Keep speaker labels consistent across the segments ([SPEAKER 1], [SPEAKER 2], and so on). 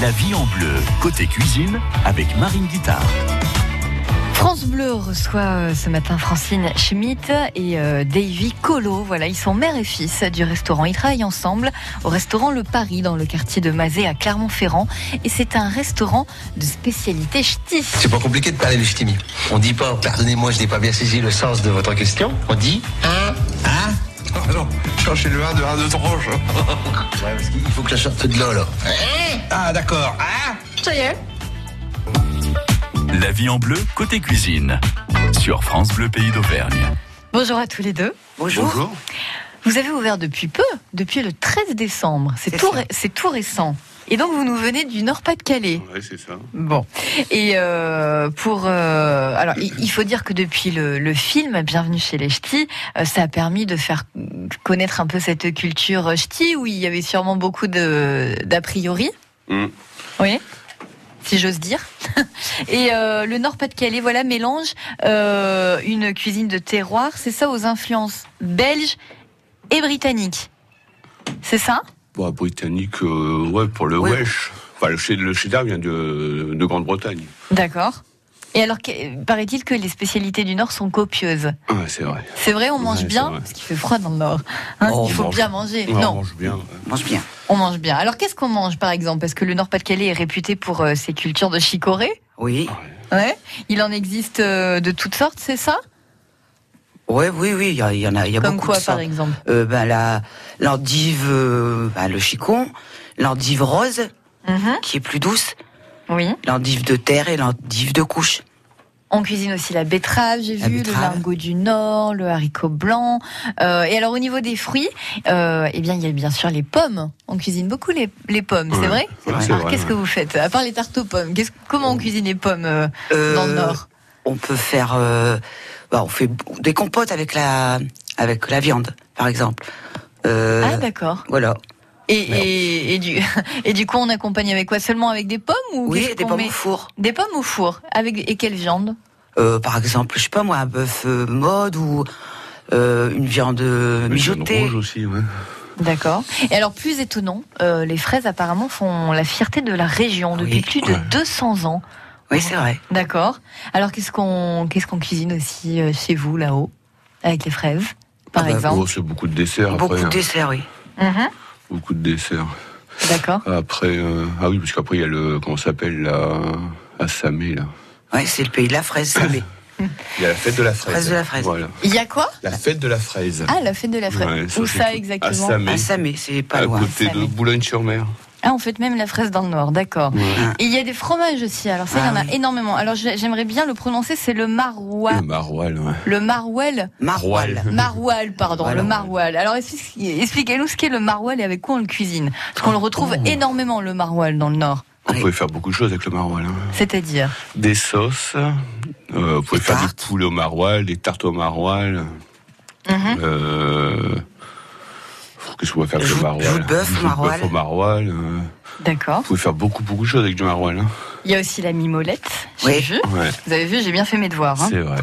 [SPEAKER 1] La vie en bleu, côté cuisine, avec Marine Guittard.
[SPEAKER 2] France Bleu reçoit euh, ce matin Francine Schmitt et euh, Davy Colo. Voilà, ils sont mère et fils du restaurant. Ils travaillent ensemble au restaurant Le Paris dans le quartier de Mazé à Clermont-Ferrand. Et c'est un restaurant de spécialité ch'ti.
[SPEAKER 3] C'est pas compliqué de parler de ch'timi. On dit pas, pardonnez-moi, je n'ai pas bien saisi le sens de votre question. On dit hein, un, un.
[SPEAKER 4] Ah non, chercher le 1 de 1 de tranche.
[SPEAKER 3] Ouais, parce qu'il faut que la sorte de l'eau, là.
[SPEAKER 4] Ah d'accord. Ah
[SPEAKER 5] Ça y est.
[SPEAKER 1] La vie en bleu, côté cuisine, sur France Bleu Pays d'Auvergne.
[SPEAKER 2] Bonjour à tous les deux.
[SPEAKER 4] Bonjour.
[SPEAKER 2] Vous avez ouvert depuis peu, depuis le 13 décembre. C'est
[SPEAKER 5] C'est
[SPEAKER 2] tout,
[SPEAKER 5] ça.
[SPEAKER 2] ré- c'est tout récent. Et donc vous nous venez du Nord-Pas-de-Calais.
[SPEAKER 4] Ouais, c'est ça.
[SPEAKER 2] Bon. Et euh, pour euh, alors, il il faut dire que depuis le, le film Bienvenue chez les Ch'tis, euh, ça a permis de faire connaître un peu cette culture ch'ti où il y avait sûrement beaucoup de d'a priori.
[SPEAKER 4] Mm.
[SPEAKER 2] Oui. Si j'ose dire. Et euh, le Nord-Pas-de-Calais, voilà, mélange euh, une cuisine de terroir, c'est ça, aux influences belges et britanniques. C'est ça
[SPEAKER 6] Bah, britannique, euh, ouais, pour le
[SPEAKER 5] Oui.
[SPEAKER 6] Welsh. Enfin, le, chè- le cheddar vient de, de Grande-Bretagne.
[SPEAKER 2] D'accord. Et alors, que- paraît-il que les spécialités du Nord sont copieuses
[SPEAKER 6] Ah, c'est vrai.
[SPEAKER 2] C'est vrai, on mange
[SPEAKER 6] Ouais,
[SPEAKER 2] bien,
[SPEAKER 6] c'est vrai.
[SPEAKER 2] parce qu'il fait froid dans le Nord. hein,
[SPEAKER 6] Oh, on
[SPEAKER 2] il faut
[SPEAKER 6] mange.
[SPEAKER 2] bien manger.
[SPEAKER 6] Ouais,
[SPEAKER 2] non,
[SPEAKER 6] On mange bien.
[SPEAKER 5] Mange bien.
[SPEAKER 2] on mange bien. Alors qu'est-ce qu'on mange par exemple Parce que le Nord-Pas-de-Calais est réputé pour euh, ses cultures de chicorée.
[SPEAKER 5] Oui.
[SPEAKER 2] Ouais. Il en existe euh, de toutes sortes, c'est ça
[SPEAKER 5] Ouais, oui, oui. Il y a- il y, en a, il y a
[SPEAKER 2] Comme
[SPEAKER 5] beaucoup
[SPEAKER 2] quoi
[SPEAKER 5] de
[SPEAKER 2] par
[SPEAKER 5] sortes.
[SPEAKER 2] exemple
[SPEAKER 5] Euh, ben, la l'endive, euh, ben, le chicon, l'endive rose
[SPEAKER 2] Mhm,
[SPEAKER 5] qui est plus douce,
[SPEAKER 2] Oui.
[SPEAKER 5] l'endive de terre et l'endive de couche.
[SPEAKER 2] On cuisine aussi la betterave, j'ai
[SPEAKER 5] La
[SPEAKER 2] vu, le
[SPEAKER 5] betterave.
[SPEAKER 2] lingot du Nord, le haricot blanc. Euh, et alors au niveau des fruits, euh, eh bien il y a bien sûr les pommes. On cuisine beaucoup les, les pommes, c'est
[SPEAKER 6] Ouais.
[SPEAKER 2] vrai
[SPEAKER 6] Ouais,
[SPEAKER 5] vrai.
[SPEAKER 6] c'est
[SPEAKER 2] Alors
[SPEAKER 6] vrai,
[SPEAKER 2] qu'est-ce
[SPEAKER 6] ouais.
[SPEAKER 2] que vous faites À part les tartes aux pommes, qu'est-ce- comment on cuisine les pommes euh,
[SPEAKER 5] Euh,
[SPEAKER 2] dans le Nord
[SPEAKER 5] On peut faire, euh, ben, on fait b- des compotes avec la avec la viande, par exemple. Euh,
[SPEAKER 2] Ah d'accord.
[SPEAKER 5] voilà.
[SPEAKER 2] Et,
[SPEAKER 5] Merde.
[SPEAKER 2] et, et du, et du coup, on accompagne avec quoi Seulement avec des pommes ou
[SPEAKER 5] Oui,
[SPEAKER 2] qu'est-ce
[SPEAKER 5] des
[SPEAKER 2] qu'on
[SPEAKER 5] pommes
[SPEAKER 2] met
[SPEAKER 5] au four.
[SPEAKER 2] Des pommes au four. Avec, et quelle viande
[SPEAKER 5] Euh, par exemple, je sais pas moi, un bœuf euh, mode ou euh, une viande euh,
[SPEAKER 6] Mais c'est une
[SPEAKER 5] mijotée.
[SPEAKER 6] rouge aussi, ouais.
[SPEAKER 2] D'accord. Et alors, plus étonnant, euh, les fraises apparemment font la fierté de la région depuis
[SPEAKER 5] Oui.
[SPEAKER 2] plus de
[SPEAKER 6] Ouais.
[SPEAKER 2] 200 ans.
[SPEAKER 5] Oui, c'est vrai.
[SPEAKER 2] D'accord. Alors, qu'est-ce qu'on qu'est-ce qu'on cuisine aussi euh, chez vous là-haut Avec les fraises, par
[SPEAKER 5] Ah bah,
[SPEAKER 2] exemple.
[SPEAKER 6] Oh, c'est beaucoup de desserts après.
[SPEAKER 5] Beaucoup de
[SPEAKER 6] hein.
[SPEAKER 5] desserts, oui.
[SPEAKER 2] Mhm.
[SPEAKER 6] Beaucoup de desserts.
[SPEAKER 2] D'accord.
[SPEAKER 6] Après, euh, ah oui, parce qu'après, il y a le, comment ça s'appelle, là, à Samé, là.
[SPEAKER 5] Ouais, c'est le pays de la fraise, ça, mais
[SPEAKER 6] Il y a la fête de la fraise.
[SPEAKER 5] Fraise de la fraise.
[SPEAKER 6] Voilà.
[SPEAKER 2] Il y a quoi
[SPEAKER 6] La fête de la fraise.
[SPEAKER 2] Ah, la fête de la fraise.
[SPEAKER 6] Ouais, ça,
[SPEAKER 2] Où
[SPEAKER 6] c'est
[SPEAKER 2] ça
[SPEAKER 6] tout.
[SPEAKER 2] exactement
[SPEAKER 6] À Samé,
[SPEAKER 5] à Samé, Ah, c'est pas
[SPEAKER 6] à
[SPEAKER 5] loin.
[SPEAKER 6] côté de
[SPEAKER 2] Samé.
[SPEAKER 6] Boulogne-sur-Mer.
[SPEAKER 2] Ah, on fait même la fraise dans le Nord, d'accord.
[SPEAKER 6] Ouais.
[SPEAKER 2] Et il y a des fromages aussi, alors ça, il y
[SPEAKER 5] Ah
[SPEAKER 2] en a
[SPEAKER 5] oui.
[SPEAKER 2] énormément. Alors j'ai- j'aimerais bien le prononcer, c'est le maroilles.
[SPEAKER 6] Le Maroilles, ouais.
[SPEAKER 2] Le maroilles.
[SPEAKER 5] Maroilles.
[SPEAKER 2] Maroilles, pardon,
[SPEAKER 5] Voilà.
[SPEAKER 2] le maroilles. Alors explique- expliquez-nous ce qu'est le maroilles et avec quoi on le cuisine. Parce qu'on le retrouve énormément, le maroilles, dans le Nord.
[SPEAKER 6] On
[SPEAKER 5] Oui.
[SPEAKER 6] pouvait faire beaucoup de choses avec le maroilles. hein.
[SPEAKER 2] C'est-à-dire
[SPEAKER 6] des sauces. Euh, vous pouvez
[SPEAKER 5] Des
[SPEAKER 6] faire
[SPEAKER 5] tartes.
[SPEAKER 6] des poules au maroilles, des tartes au maroilles.
[SPEAKER 2] Mhm.
[SPEAKER 6] Euh, Qu'est-ce qu'on peut faire avec
[SPEAKER 5] Joue-
[SPEAKER 6] le maroilles
[SPEAKER 5] joue de bœuf au
[SPEAKER 6] Joue de
[SPEAKER 5] maroilles.
[SPEAKER 6] au maroilles. euh,
[SPEAKER 2] D'accord.
[SPEAKER 6] vous pouvez faire beaucoup, beaucoup de choses avec du maroilles. hein.
[SPEAKER 2] Il y a aussi la mimolette, j'ai
[SPEAKER 5] Oui.
[SPEAKER 2] vu.
[SPEAKER 6] Ouais,
[SPEAKER 2] Vous avez vu, j'ai bien fait mes
[SPEAKER 5] Ah
[SPEAKER 2] devoirs. hein.
[SPEAKER 6] c'est vrai.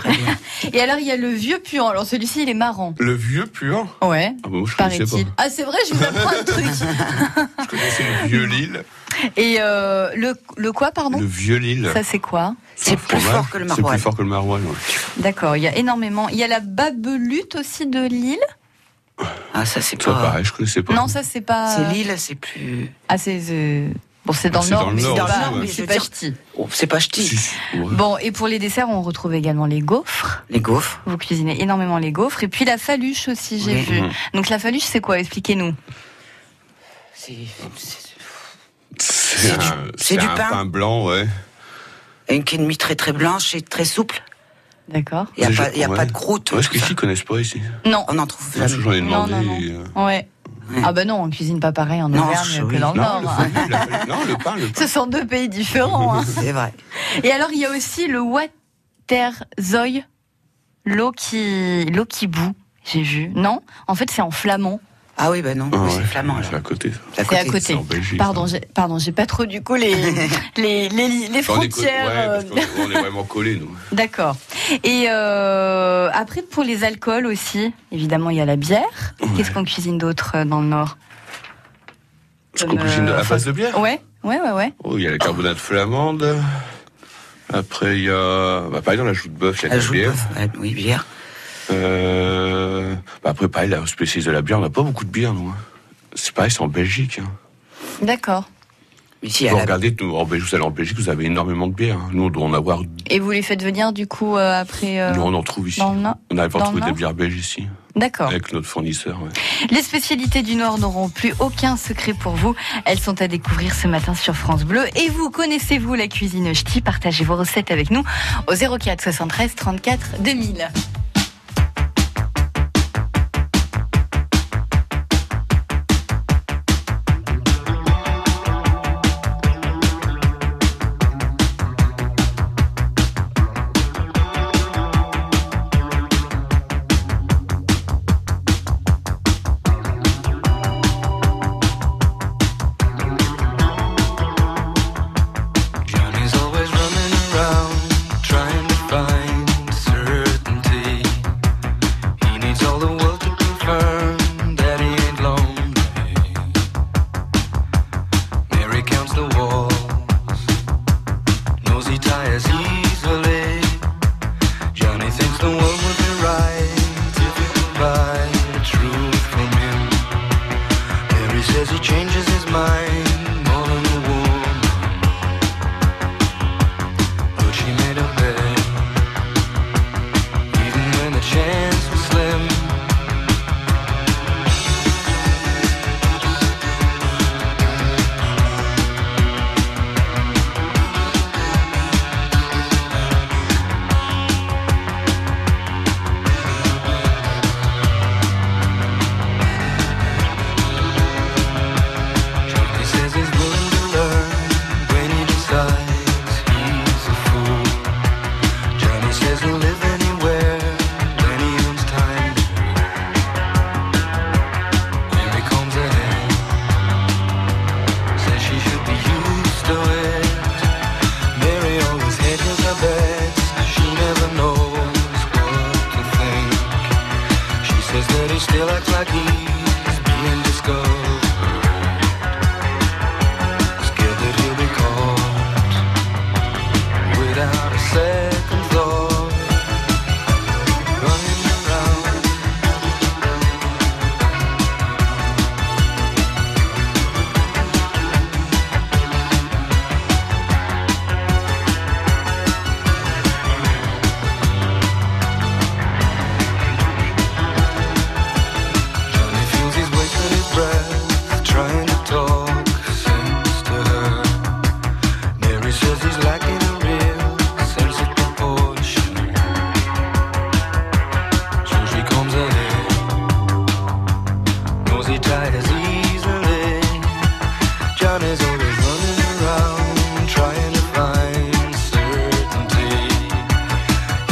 [SPEAKER 2] Et alors il y a le vieux puant. Alors celui-ci, il est marrant.
[SPEAKER 4] Le vieux pur.
[SPEAKER 2] Ouais,
[SPEAKER 6] Ah bon, je connaissais
[SPEAKER 2] paraît-il.
[SPEAKER 6] pas.
[SPEAKER 2] Ah c'est vrai, je vous apprends un truc.
[SPEAKER 4] Je connaissais le vieux Lille.
[SPEAKER 5] Ah
[SPEAKER 2] Et euh, le, le quoi, pardon
[SPEAKER 6] Le vieux Lille.
[SPEAKER 2] Ça c'est quoi
[SPEAKER 5] C'est
[SPEAKER 6] un
[SPEAKER 5] plus
[SPEAKER 6] fromage.
[SPEAKER 5] fort que le
[SPEAKER 6] C'est
[SPEAKER 5] maroilles.
[SPEAKER 6] plus fort que le maroilles. ouais.
[SPEAKER 2] D'accord, il y a énormément. Il y a la babelute aussi de Lille.
[SPEAKER 5] Ah, ça, c'est
[SPEAKER 6] Ça,
[SPEAKER 5] pas.
[SPEAKER 6] pareil, je connaissais pas.
[SPEAKER 2] Non, ça c'est pas.
[SPEAKER 5] C'est Lille, c'est plus.
[SPEAKER 2] Ah, c'est. c'est- Bon, c'est dans le
[SPEAKER 6] C'est
[SPEAKER 2] nord,
[SPEAKER 6] dans le
[SPEAKER 2] mais c'est
[SPEAKER 6] nord
[SPEAKER 2] pas-
[SPEAKER 6] aussi,
[SPEAKER 2] mais
[SPEAKER 5] ouais.
[SPEAKER 2] c'est
[SPEAKER 5] Je veux
[SPEAKER 2] pas
[SPEAKER 5] dire-
[SPEAKER 2] ch'ti.
[SPEAKER 5] Oh, c'est pas ch'ti.
[SPEAKER 6] Si, si, ouais.
[SPEAKER 2] Bon, et pour les desserts, on retrouve également les gaufres.
[SPEAKER 5] Les gaufres.
[SPEAKER 2] Vous cuisinez énormément les gaufres. Et puis la faluche aussi, j'ai
[SPEAKER 5] Oui.
[SPEAKER 2] vu.
[SPEAKER 6] Mhm.
[SPEAKER 2] Donc la faluche, c'est quoi Expliquez-nous.
[SPEAKER 5] C'est c'est-
[SPEAKER 6] C'est
[SPEAKER 5] c'est du-
[SPEAKER 6] un,
[SPEAKER 5] c'est
[SPEAKER 6] c'est
[SPEAKER 5] du
[SPEAKER 6] un
[SPEAKER 5] pain.
[SPEAKER 6] blanc, ouais.
[SPEAKER 5] une qui est demi très très blanche et très souple.
[SPEAKER 2] D'accord
[SPEAKER 5] Il n'y a,
[SPEAKER 6] Déjà,
[SPEAKER 5] pas, il y a
[SPEAKER 6] ouais.
[SPEAKER 5] pas de croûte.
[SPEAKER 6] Ouais, Est-ce
[SPEAKER 5] tout
[SPEAKER 6] qu'ici,
[SPEAKER 5] ça.
[SPEAKER 6] ils connaissent pas ici
[SPEAKER 2] Non.
[SPEAKER 5] On en trouve
[SPEAKER 6] Parce que
[SPEAKER 5] jamais.
[SPEAKER 6] J'en ai
[SPEAKER 2] Non,
[SPEAKER 6] demandé.
[SPEAKER 2] non, non.
[SPEAKER 6] et, euh,
[SPEAKER 2] Ouais.
[SPEAKER 5] Ouais.
[SPEAKER 2] Ah, bah non, on cuisine pas pareil en
[SPEAKER 5] Non,
[SPEAKER 2] Auvergne
[SPEAKER 5] je-
[SPEAKER 2] que
[SPEAKER 5] oui.
[SPEAKER 2] dans le
[SPEAKER 6] Non,
[SPEAKER 2] nord. hein.
[SPEAKER 6] le pain, non, le pain, le pain.
[SPEAKER 2] Ce sont deux pays différents. hein.
[SPEAKER 5] C'est vrai.
[SPEAKER 2] Et alors, il y a aussi le Waterzoï, l'eau qui, l'eau qui bout, j'ai vu. Non, en fait, c'est en flamand.
[SPEAKER 5] Ah oui, ben non,
[SPEAKER 6] Ah
[SPEAKER 5] c'est
[SPEAKER 6] ouais,
[SPEAKER 5] flamand.
[SPEAKER 6] C'est
[SPEAKER 5] alors.
[SPEAKER 6] à côté, ça.
[SPEAKER 5] C'est à
[SPEAKER 2] C'est à
[SPEAKER 5] côté.
[SPEAKER 2] côté.
[SPEAKER 6] C'est en Belgique.
[SPEAKER 2] Pardon,
[SPEAKER 6] ça.
[SPEAKER 2] j'ai, pardon, j'ai pas trop du coup les, les, les, les
[SPEAKER 6] On est co-
[SPEAKER 2] frontières.
[SPEAKER 6] ouais,
[SPEAKER 2] euh,
[SPEAKER 6] parce qu'on- on est vraiment collés, nous.
[SPEAKER 2] D'accord. Et euh, après, pour les alcools aussi, évidemment, il y a la bière. Qu'est-ce qu'on cuisine d'autre euh, dans le Nord
[SPEAKER 6] Parce
[SPEAKER 2] Comme,
[SPEAKER 6] qu'on cuisine de
[SPEAKER 2] euh,
[SPEAKER 6] la face de bière
[SPEAKER 2] Ouais,
[SPEAKER 7] Ouais, ouais, ouais.
[SPEAKER 6] Oh, il y a la carbonate flamande. Après, il y a. Bah, pareil, dans la joue de bœuf, il y a
[SPEAKER 5] La
[SPEAKER 6] de la
[SPEAKER 5] joue de
[SPEAKER 6] bière.
[SPEAKER 5] bœuf, euh, oui, bière.
[SPEAKER 6] Euh... bah, après, pareil, la spécialiste de la bière, on n'a pas beaucoup de bière, nous. hein. C'est pareil, c'est en Belgique. hein.
[SPEAKER 7] D'accord.
[SPEAKER 5] Mais si, à
[SPEAKER 6] Vous
[SPEAKER 5] la-
[SPEAKER 6] regardez, nous, en Belgique, vous allez en Belgique, vous avez énormément de bières. hein. Nous, on doit en avoir.
[SPEAKER 7] Et vous les faites venir du coup euh, après euh,
[SPEAKER 6] Nous, on en trouve ici.
[SPEAKER 7] dans le Nord
[SPEAKER 6] On arrive à
[SPEAKER 7] dans le
[SPEAKER 6] trouver des
[SPEAKER 7] Nord
[SPEAKER 6] bières belges ici,
[SPEAKER 7] D'accord.
[SPEAKER 6] avec notre fournisseur. ouais.
[SPEAKER 2] Les spécialités du Nord n'auront plus aucun secret pour vous. Elles sont à découvrir ce matin sur France Bleu. Et vous, connaissez-vous la cuisine ch'ti Partagez vos recettes avec nous au 04 73 34 2000.
[SPEAKER 8] Johnny's always running around trying to find certainty. He needs all the world to confirm that he ain't lonely. Mary counts the walls, knows he tires easily. Johnny thinks the world would be right if he could buy the truth from him. Mary says he changes his mind more than a woman. But she made a bet Even when the chance was slim He says he's willing to learn when he decides he's a fool. Johnny says he'll live anywhere when he owns time. Mary comes ahead, says she should be used to it. Mary always hedges her bets, she never knows what to think. She says that he still acts like he's being discovered. Scared that he'll be caught without a second thought. Running around, Johnny feels he's wasting his breath, trying to talk sense to her. Mary says he's lacking a real sense of proportion. So she comes ahead, knows he tires easily. Johnny's always running around, trying to find certainty.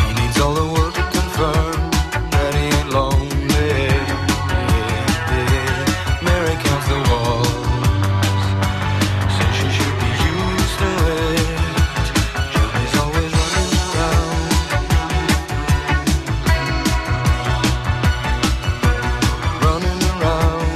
[SPEAKER 8] He needs all the world to confirm that he ain't lonely. Mary counts the walls. Says she should be used to it. Johnny's always running around. Running around.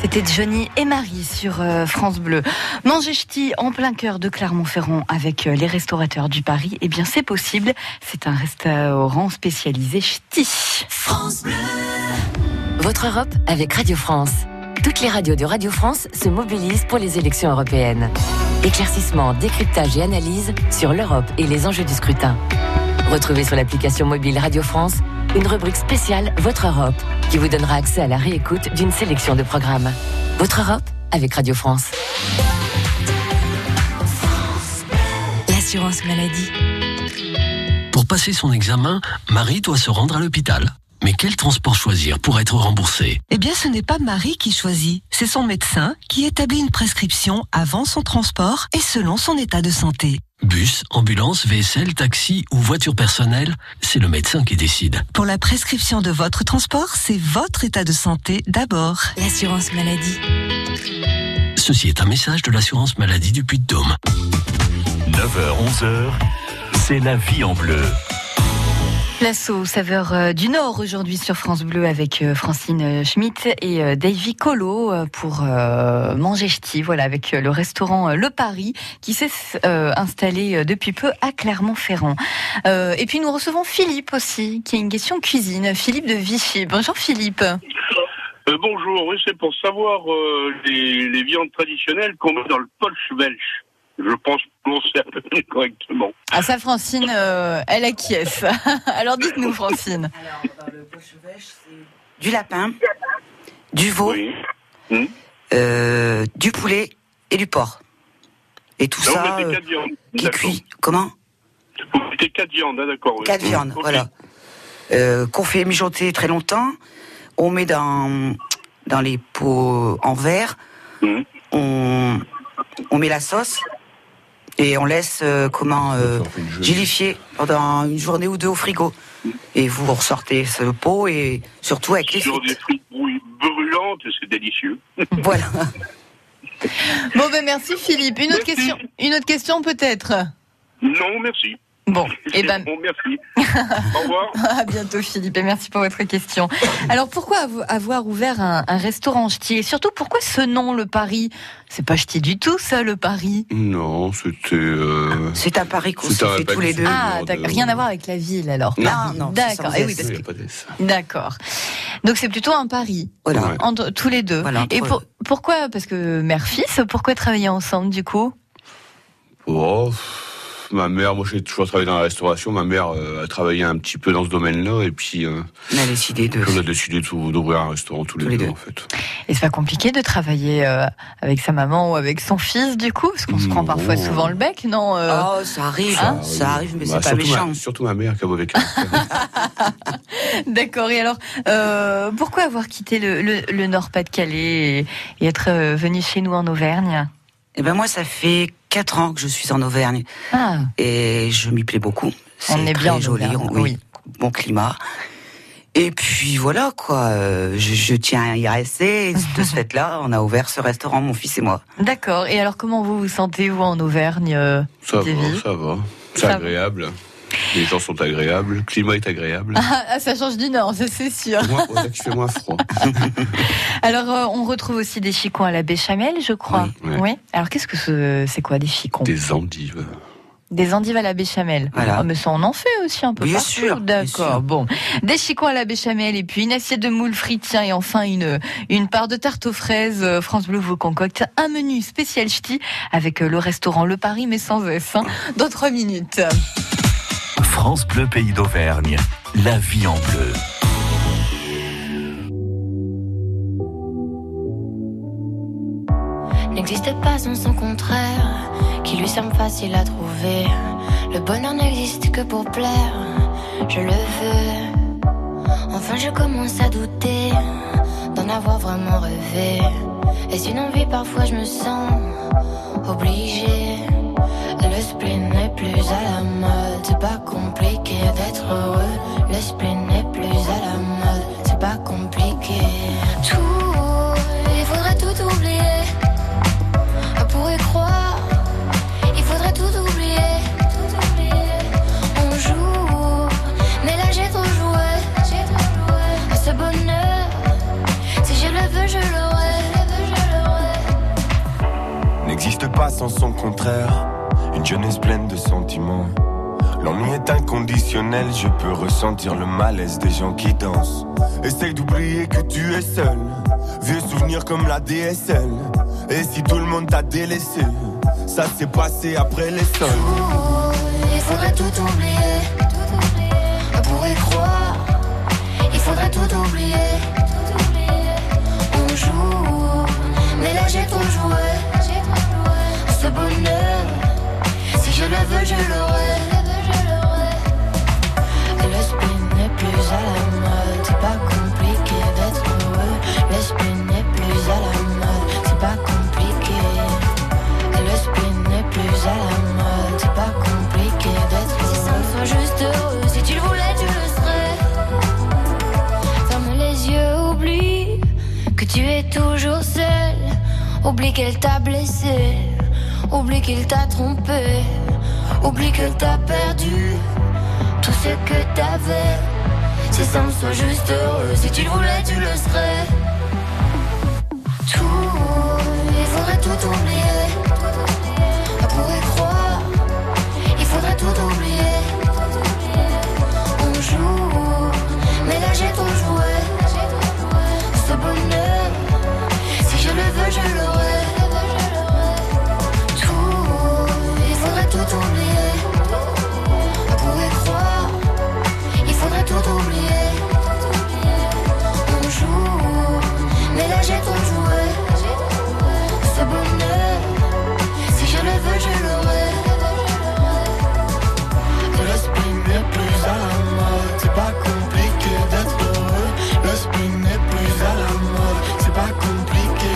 [SPEAKER 2] C'était Johnny et Marie sur euh, France Bleu. Manger ch'ti en plein cœur de Clermont-Ferrand avec euh, les restaurateurs du Paris, eh bien c'est possible. C'est un restaurant spécialisé ch'ti.
[SPEAKER 9] Votre Europe avec Radio France. Toutes les radios de Radio France se mobilisent pour les élections européennes. Éclaircissement, décryptage et analyse sur l'Europe et les enjeux du scrutin. Retrouvez sur l'application mobile Radio France une rubrique spéciale Votre Europe qui vous donnera accès à la réécoute d'une sélection de programmes. Votre Europe avec Radio France.
[SPEAKER 10] L'assurance maladie.
[SPEAKER 8] Pour
[SPEAKER 10] Pour passer son examen, Marie doit se rendre à l'hôpital. Mais quel transport choisir pour être remboursée
[SPEAKER 11] Eh bien, ce n'est pas Marie qui choisit, c'est son médecin qui établit une prescription avant son transport et selon son état de santé.
[SPEAKER 10] Bus, ambulance, vaisselle, taxi ou voiture personnelle, c'est le médecin qui décide.
[SPEAKER 11] Pour la prescription de votre transport, c'est votre état de santé d'abord.
[SPEAKER 12] L'assurance maladie.
[SPEAKER 10] Ceci est un message de l'assurance maladie du Puy-de-Dôme.
[SPEAKER 1] 9h-11h, c'est la vie en bleu.
[SPEAKER 2] Place aux saveurs euh, du Nord aujourd'hui sur France Bleu avec euh, Francine euh, Schmitt et euh, Davy Colo euh, pour euh, manger ch'ti, voilà, avec euh, le restaurant euh, Le Paris qui s'est euh, installé euh, depuis peu à Clermont-Ferrand. Euh, et puis nous recevons Philippe aussi, qui a une question cuisine. Philippe de Vichy. Bonjour Philippe.
[SPEAKER 13] Euh, bonjour, oui, c'est pour savoir euh, les, les viandes traditionnelles qu'on met dans le polsch belge. Je pense prononcer un peu correctement.
[SPEAKER 7] Ah ça, Francine, euh, elle acquiesce. Alors dites-nous, Francine.
[SPEAKER 5] Du lapin, du veau, euh, du poulet et du porc. Et tout
[SPEAKER 13] Donc,
[SPEAKER 5] ça
[SPEAKER 13] vous mettez
[SPEAKER 5] euh,
[SPEAKER 13] quatre viandes.
[SPEAKER 5] qui
[SPEAKER 13] d'accord.
[SPEAKER 5] cuit. Comment
[SPEAKER 13] Vous mettez quatre viandes, hein, d'accord. oui.
[SPEAKER 5] Quatre viandes,
[SPEAKER 13] Ok.
[SPEAKER 5] voilà. Euh, qu'on fait mijoter très longtemps. On met dans, dans les pots en verre.
[SPEAKER 13] Mhm.
[SPEAKER 5] On, on met la sauce. Et on laisse, euh, comment, euh, gélifier pendant une journée ou deux au frigo. Et vous ressortez ce pot et surtout avec les
[SPEAKER 13] Sur des
[SPEAKER 5] frites.
[SPEAKER 13] frites brouilles brûlantes, c'est délicieux.
[SPEAKER 5] Voilà.
[SPEAKER 7] Bon, ben merci Philippe. Une autre question, une autre question peut-être.
[SPEAKER 13] Non, merci.
[SPEAKER 7] Bon,
[SPEAKER 13] et
[SPEAKER 5] Eh
[SPEAKER 2] eh
[SPEAKER 7] ben-
[SPEAKER 13] Bon, merci.
[SPEAKER 7] Au
[SPEAKER 13] revoir.
[SPEAKER 7] À bientôt Philippe et merci pour votre question.
[SPEAKER 2] Alors pourquoi av- avoir ouvert un, un restaurant ch'ti et surtout pourquoi ce nom, le Paris C'est pas ch'ti du tout, ça, le Paris.
[SPEAKER 6] Non, c'était. euh,
[SPEAKER 5] C'est un pari qu'on
[SPEAKER 6] c'est
[SPEAKER 5] s'est
[SPEAKER 6] un
[SPEAKER 5] fait tous
[SPEAKER 6] pari
[SPEAKER 5] les deux.
[SPEAKER 2] Ah,
[SPEAKER 6] de-
[SPEAKER 2] d'accord. Rien à voir avec la ville alors.
[SPEAKER 5] Non,
[SPEAKER 2] Paris.
[SPEAKER 5] non, c'est
[SPEAKER 2] D'accord.
[SPEAKER 5] sans
[SPEAKER 2] Eh oui,
[SPEAKER 5] S.
[SPEAKER 2] parce
[SPEAKER 6] Il
[SPEAKER 2] que-
[SPEAKER 6] n'y a pas d'ess.
[SPEAKER 2] D'accord. Donc c'est plutôt un pari
[SPEAKER 5] Voilà.
[SPEAKER 6] Ouais.
[SPEAKER 2] entre tous les deux.
[SPEAKER 5] Voilà, entre
[SPEAKER 2] et pour- pourquoi Parce que mère-fils, pourquoi travailler ensemble du coup
[SPEAKER 6] Oh, pff, ma mère, moi j'ai toujours travaillé dans la restauration. Ma mère euh, a travaillé un petit peu dans ce domaine-là. Et puis, euh,
[SPEAKER 5] On a décidé de.
[SPEAKER 6] on a décidé de s'ou- d'ouvrir un restaurant tous les, deux, en fait.
[SPEAKER 2] Et c'est pas compliqué de travailler euh, avec sa maman ou avec son fils du coup Parce qu'on se prend
[SPEAKER 6] Non.
[SPEAKER 2] parfois souvent le bec, non euh,
[SPEAKER 5] Oh, ça arrive,
[SPEAKER 2] Hein
[SPEAKER 5] ça arrive, mais
[SPEAKER 6] Bah,
[SPEAKER 5] c'est pas
[SPEAKER 6] surtout ma-
[SPEAKER 5] méchant.
[SPEAKER 6] surtout ma mère qui a mauvais caractère.
[SPEAKER 2] D'accord. Et alors, euh, pourquoi avoir quitté le, le- le Nord-Pas-de-Calais et, et être euh, venu chez nous en Auvergne
[SPEAKER 5] Eh ben moi, ça fait quatre ans que je suis en Auvergne
[SPEAKER 2] Ah,
[SPEAKER 5] et je m'y plais beaucoup. C'est
[SPEAKER 2] On est
[SPEAKER 5] très
[SPEAKER 2] bien en
[SPEAKER 5] joli,
[SPEAKER 2] Auvergne,
[SPEAKER 5] on- oui,
[SPEAKER 2] oui.
[SPEAKER 5] Bon climat. Et puis voilà quoi, euh, je, je tiens à y rester. Et de ce fait-là, on a ouvert ce restaurant, mon fils et moi.
[SPEAKER 2] d'accord. Et alors, comment vous vous sentez vous en Auvergne euh,
[SPEAKER 7] Ah,
[SPEAKER 6] Ça va,
[SPEAKER 2] Davy
[SPEAKER 6] ça va. C'est
[SPEAKER 2] Ça va.
[SPEAKER 6] agréable. Les gens sont agréables. Le climat est agréable.
[SPEAKER 7] Ah, ah, ça change du Nord, ça c'est sûr.
[SPEAKER 6] Moi, on a qu'il fait moins froid.
[SPEAKER 2] Alors, euh, on retrouve aussi des chicons à la béchamel, je crois.
[SPEAKER 6] Oui, oui.
[SPEAKER 2] Alors, qu'est-ce que ce- c'est quoi des chicons
[SPEAKER 6] Des endives.
[SPEAKER 2] Des endives à la béchamel.
[SPEAKER 5] Voilà.
[SPEAKER 2] Ah, mais ça, on en fait aussi un peu
[SPEAKER 5] Bien
[SPEAKER 2] partout.
[SPEAKER 5] sûr, bien
[SPEAKER 2] D'accord.
[SPEAKER 5] sûr.
[SPEAKER 2] Bon, des chicons à la béchamel et puis une assiette de moules frites. Tiens, et enfin une une part de tarte aux fraises. Euh, France Bleu vous concocte un menu spécial ch'ti avec euh, le restaurant Le Paris, mais sans S. hein, dans trois minutes.
[SPEAKER 1] France Bleu Pays d'Auvergne, la vie en bleu.
[SPEAKER 14] N'existe pas sans son contraire, qui lui semble facile à trouver. Le bonheur n'existe que pour plaire, je le veux. Enfin, je commence à douter d'en avoir vraiment rêvé. Est-ce une envie Parfois, je me sens obligée. Le spleen n'est plus à la mode, c'est pas compliqué d'être heureux. Le spleen n'est plus à la mode, c'est pas compliqué.
[SPEAKER 15] Tout, il faudrait tout oublier. On pourrait croire, il faudrait tout oublier. Tout oublier. On joue, mais là j'ai trop joué. J'ai trop joué. À ce bonheur, si je le veux, je l'aurai.
[SPEAKER 16] n'existe pas sans son contraire. Une jeunesse pleine de sentiments. L'ennui est inconditionnel, je peux ressentir le malaise des gens qui dansent. Essaye d'oublier que tu es seul, vieux souvenirs comme la DSL. Et si tout le monde t'a délaissé, ça s'est passé après les sols.
[SPEAKER 15] Il faudrait tout oublier. On pourrait croire, il faudrait tout oublier. On joue, mais là j'ai trop joué. À ce bonheur, si je le veux, je l'aurai. es toujours seul. Oublie qu'elle t'a blessé. Oublie qu'il t'a trompé. Oublie que t'as perdu tout ce que t'avais. C'est simple, sois juste heureux. Si tu le voulais, tu le serais. Tout, il faudrait tout oublier. On pourrait croire, il faudrait tout oublier. On joue, mais là j'ai ton jouet. Ce bonheur, si je le veux, je l'aurai. Tout, il faudrait tout oublier. On pourrait croire, il faudrait tout oublier. On joue, mais là j'ai ton jouet. Ce bonheur, si je le veux, je l'aurai.
[SPEAKER 8] Le spin n'est plus à la mode, c'est pas compliqué d'être heureux. Le spin n'est plus à la mode, c'est pas compliqué.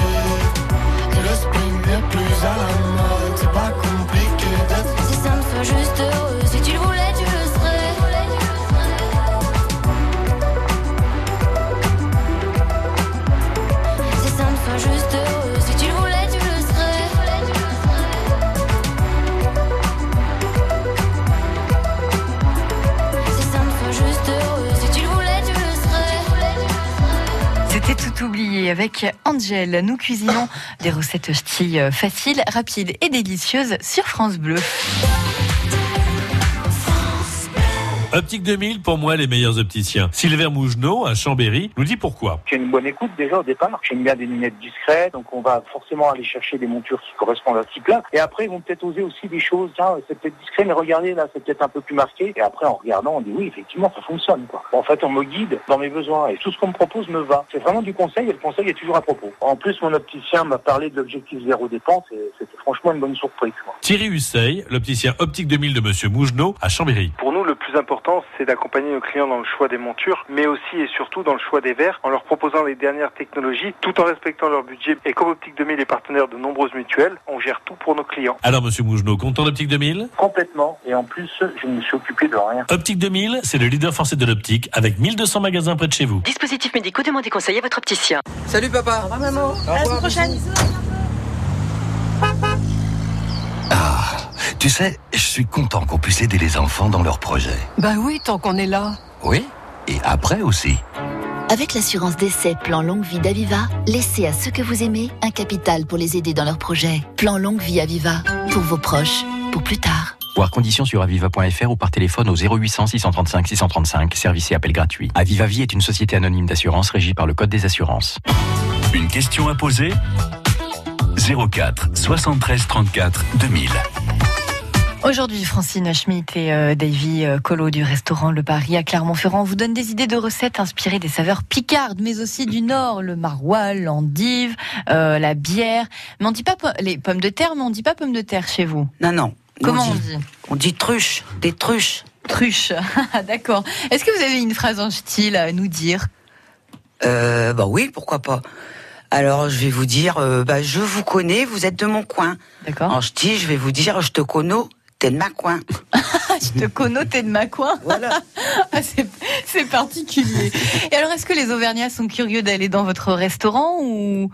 [SPEAKER 8] Le spin n'est plus à la mode, c'est pas compliqué d'être
[SPEAKER 15] Si ça me soit juste heureux, si tu le voulais, tu le serais. Si ça me soit juste heureux, si tu le voulais, tu le serais. Si ça me soit juste heureux, si tu le voulais, tu le serais.
[SPEAKER 2] C'était tout oublié avec Angel. Nous cuisinons des recettes ch'ti euh, faciles, rapides et délicieuses sur France Bleu.
[SPEAKER 12] Optique 2000, pour moi, les meilleurs opticiens. Sylvain Mougenot, à Chambéry, nous dit pourquoi.
[SPEAKER 17] J'ai une bonne écoute déjà au départ. J'aime bien des lunettes discrètes, donc on va forcément aller chercher des montures qui correspondent à ce type-là. Et après, ils vont peut-être oser aussi des choses. Tiens, euh, c'est peut-être discret, mais regardez là, c'est peut-être un peu plus marqué. Et après, en regardant, on dit oui, effectivement, ça fonctionne. Quoi. En fait, on me guide dans mes besoins et tout ce qu'on me propose me va. C'est vraiment du conseil et le conseil est toujours à propos. En plus, mon opticien m'a parlé de l'objectif zéro dépense et c'était franchement une bonne surprise. quoi.
[SPEAKER 12] Thierry Husseil, l'opticien Optique 2000 de Monsieur Mougenot, à Chambéry.
[SPEAKER 18] Pour nous, le plus important, c'est d'accompagner nos clients dans le choix des montures, mais aussi et surtout dans le choix des verres, en leur proposant les dernières technologies, tout en respectant leur budget. Et comme Optique 2000 est partenaire de nombreuses mutuelles, on gère tout pour nos clients.
[SPEAKER 12] Alors, Monsieur Mougenot, content d'Optique 2000
[SPEAKER 17] Complètement. Et en plus, je ne me suis occupé de rien.
[SPEAKER 12] Optique 2000, c'est le leader français de l'optique, avec 1200 magasins près de chez vous.
[SPEAKER 9] Dispositif médicaux, demandez conseil à votre opticien.
[SPEAKER 11] Salut papa. Au revoir maman. À la semaine prochaine.
[SPEAKER 19] Ah, tu sais, je suis content qu'on puisse aider les enfants dans leurs projets.
[SPEAKER 11] Bah oui, tant qu'on est là.
[SPEAKER 19] Oui, et après aussi.
[SPEAKER 20] Avec l'assurance d'essai Plan Longue Vie d'Aviva, laissez à ceux que vous aimez un capital pour les aider dans leurs projets. Plan Longue Vie Aviva, pour vos proches, pour plus tard.
[SPEAKER 21] Voir conditions sur aviva.fr ou par téléphone au 0800 635 635, service et appel gratuit. Aviva Vie est une société anonyme d'assurance régie par le Code des assurances.
[SPEAKER 1] Une question à poser 04 73 34 2000.
[SPEAKER 2] Aujourd'hui, Francine Schmitt et euh, Davy euh, Collot du restaurant Le Paris à Clermont-Ferrand vous donnent des idées de recettes inspirées des saveurs picardes, mais aussi du Nord, le maroilles, l'endive, euh, la bière. Mais on dit pas po- les pommes de terre, mais on dit pas pommes de terre chez vous.
[SPEAKER 5] Non, non.
[SPEAKER 2] Comment
[SPEAKER 5] on
[SPEAKER 2] on
[SPEAKER 5] dit,
[SPEAKER 2] dit
[SPEAKER 5] on dit truche, des truches.
[SPEAKER 2] Truche. D'accord. Est-ce que vous avez une phrase en style à nous dire
[SPEAKER 5] Euh, bah oui, pourquoi pas. Alors je vais vous dire, euh, bah, je vous connais, vous êtes de mon coin.
[SPEAKER 2] D'accord.
[SPEAKER 5] En ch'ti, je vais vous dire, je te connais, t'es de ma coin.
[SPEAKER 2] je te connais, t'es de ma coin. Ah,
[SPEAKER 5] Voilà.
[SPEAKER 2] c'est, c'est particulier. Et alors, est-ce que les Auvergnats sont curieux d'aller dans votre restaurant ou,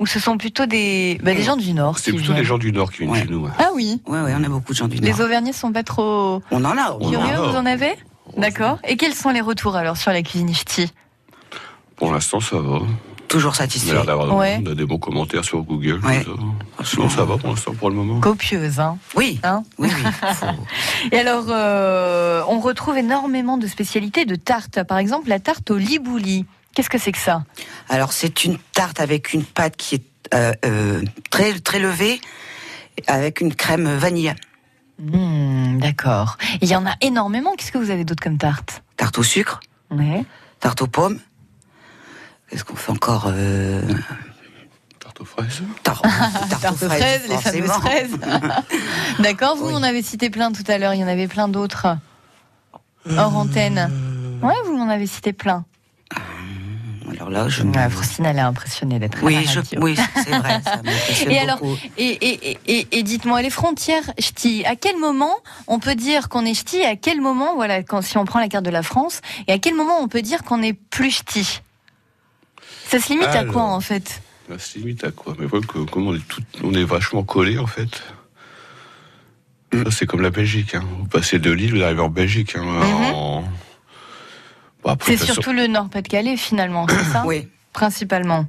[SPEAKER 2] ou ce sont plutôt des, bah, des gens du Nord
[SPEAKER 6] C'est
[SPEAKER 2] qui
[SPEAKER 6] plutôt
[SPEAKER 2] viennent
[SPEAKER 6] les gens du Nord qui viennent chez nous. hein. ouais.
[SPEAKER 2] Ah oui.
[SPEAKER 5] Ouais, ouais, on a beaucoup de gens du
[SPEAKER 2] Les
[SPEAKER 5] Nord.
[SPEAKER 2] Auvergnats sont pas trop
[SPEAKER 5] On en a. on en a.
[SPEAKER 2] curieux, vous en avez D'accord. Et quels sont les retours alors sur la cuisine ch'ti
[SPEAKER 6] Pour l'instant, ça va.
[SPEAKER 5] Toujours
[SPEAKER 6] On
[SPEAKER 5] satisfait.
[SPEAKER 6] a l'air d'avoir on
[SPEAKER 2] Ouais.
[SPEAKER 6] a des bons commentaires sur Google.
[SPEAKER 5] Ouais.
[SPEAKER 6] tout ça. Sinon, ça va pour l'instant, pour le moment.
[SPEAKER 2] Copieuse, hein
[SPEAKER 5] Oui.
[SPEAKER 2] Hein Et alors, euh, on retrouve énormément de spécialités de tartes. Par exemple, la tarte au libouli. Qu'est-ce que c'est que ça
[SPEAKER 5] Alors c'est une tarte avec une pâte qui est euh, euh, très très levée, avec une crème vanille.
[SPEAKER 2] Hmm, D'accord. Il y en a énormément. Qu'est-ce que vous avez d'autre comme tarte
[SPEAKER 5] Tarte au sucre,
[SPEAKER 2] Ouais.
[SPEAKER 5] tarte aux pommes. Qu'est-ce qu'on fait encore euh,
[SPEAKER 6] Tarte aux fraises.
[SPEAKER 2] Tarte aux fraises, les fameuses
[SPEAKER 5] forcément.
[SPEAKER 2] fraises. D'accord, vous, on avait cité plein tout à l'heure, il y en avait plein d'autres. Hors antenne. Ouais, vous m'en avez cité plein.
[SPEAKER 5] Alors là, je.
[SPEAKER 2] Ouais, Francine, elle est impressionnée d'être à
[SPEAKER 5] Oui,
[SPEAKER 2] la
[SPEAKER 5] je-
[SPEAKER 2] Ah, radio.
[SPEAKER 5] oui, c'est vrai, ça m'impressionne
[SPEAKER 2] et alors,
[SPEAKER 5] beaucoup.
[SPEAKER 2] et, et, et- et, et dites-moi, les frontières ch'ti, à quel moment on peut dire qu'on est ch'ti et À quel moment, voilà, quand, si on prend la carte de la France, et à quel moment on peut dire qu'on est plus ch'ti Ça se limite à
[SPEAKER 6] Alors.
[SPEAKER 2] quoi en fait
[SPEAKER 6] Bah, c'est limite à quoi Mais voilà que- comme on est, tout, on est vachement collé en fait. Ça, c'est comme la Belgique. Hein. Vous passez de Lille, vous arrivez en Belgique. Hein, en- Bon, après,
[SPEAKER 2] Mm-hmm. C'est
[SPEAKER 6] de toute façon-
[SPEAKER 2] surtout le Nord-Pas-de-Calais finalement, c'est ça Oui. Principalement.
[SPEAKER 6] De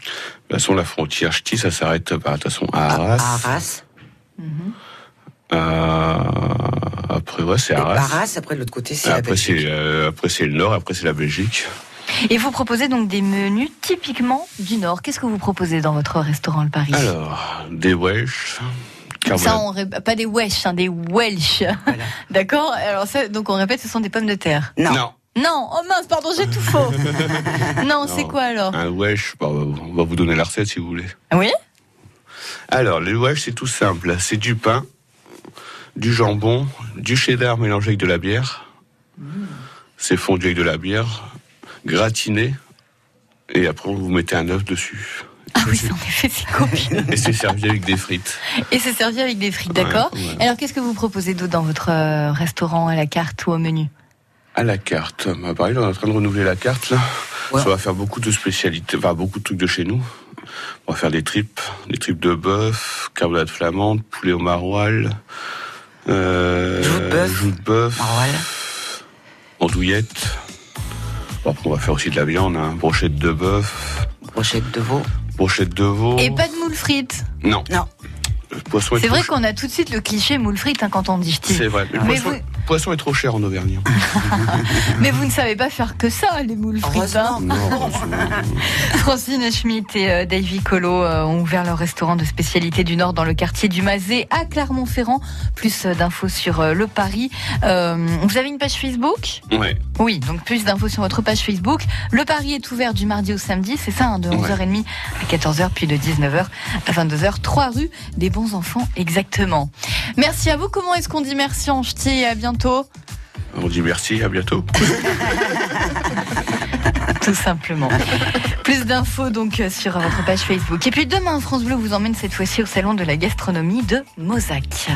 [SPEAKER 6] toute façon, la frontière ch'ti, ça s'arrête bah, de toute façon,
[SPEAKER 2] Ah,
[SPEAKER 6] à Arras.
[SPEAKER 5] Ah, Arras.
[SPEAKER 6] Euh, après, ouais, c'est Arras.
[SPEAKER 5] Arras, après de l'autre côté, c'est la
[SPEAKER 6] après, c'est euh, après, c'est le Nord, après, c'est la Belgique.
[SPEAKER 2] Et vous proposez donc des menus typiquement du Nord. Qu'est-ce que vous proposez dans votre restaurant le Paris
[SPEAKER 6] Alors, des Welsh.
[SPEAKER 2] Ça, on ré- pas des Welsh, hein, des Welsh. D'accord Alors ça, donc on répète, ce sont des pommes de terre.
[SPEAKER 6] Non.
[SPEAKER 2] Non, oh mince, pardon, j'ai tout faux. non, c'est quoi alors
[SPEAKER 6] Un Welsh, bah, on va vous donner la recette si vous voulez.
[SPEAKER 2] Oui
[SPEAKER 6] Alors, les Welsh, c'est tout simple. C'est du pain, du jambon, du cheddar mélangé avec de la bière. Mmh. C'est fondu avec de la bière, gratiné, et après, vous mettez un œuf dessus.
[SPEAKER 2] Ah oui, en effet, c'est copieux.
[SPEAKER 6] Et c'est servi avec des frites.
[SPEAKER 2] Et c'est servi avec des frites,
[SPEAKER 6] Ouais,
[SPEAKER 2] d'accord
[SPEAKER 6] ouais.
[SPEAKER 2] Alors qu'est-ce que vous proposez d'autre dans votre euh, restaurant à la carte ou au menu
[SPEAKER 6] À la carte. Bah, pareil, on est en train de renouveler la carte, là. Ça va faire beaucoup de spécialités, enfin, beaucoup de trucs de chez nous. On va faire des tripes, des tripes de bœuf, carbonade flamande, poulet au maroilles, euh, joue de bœuf, andouillette. Bon, après, on va faire aussi de la viande, hein, brochette de bœuf.
[SPEAKER 5] Brochette de veau.
[SPEAKER 6] Brochette de veau.
[SPEAKER 2] Et Oh. pas de moules frites.
[SPEAKER 6] Non.
[SPEAKER 5] Non.
[SPEAKER 6] Poisson est
[SPEAKER 2] C'est
[SPEAKER 6] trop
[SPEAKER 2] vrai
[SPEAKER 6] ch-
[SPEAKER 2] qu'on a tout de suite le cliché moule frites hein, quand on dit ch'ti.
[SPEAKER 6] C'est vrai. mais le
[SPEAKER 2] Mais
[SPEAKER 6] poisson,
[SPEAKER 2] vous,
[SPEAKER 6] poisson est trop cher en Auvergne.
[SPEAKER 2] mais vous ne savez pas faire que ça, les moules frites. hein. Francine Schmitt et euh, Davy Colo euh, ont ouvert leur restaurant de spécialité du Nord dans le quartier du Mazé à Clermont-Ferrand. Plus euh, d'infos sur euh, le Paris. Euh, vous avez une page Facebook
[SPEAKER 6] Ouais.
[SPEAKER 2] oui, donc plus d'infos sur votre page Facebook. Le Paris est ouvert du mardi au samedi, c'est ça, hein, de
[SPEAKER 6] Ouais.
[SPEAKER 2] 11h30 à 14h, puis de 19h à 22h. 3 rue des bons enfants, exactement. Merci à vous. Comment est-ce qu'on dit merci en ch'ti et à bientôt
[SPEAKER 6] On dit merci, à bientôt.
[SPEAKER 2] Tout simplement. Plus d'infos donc euh, sur votre page Facebook. Et puis demain, France Bleu vous emmène cette fois-ci au salon de la gastronomie de Mozac.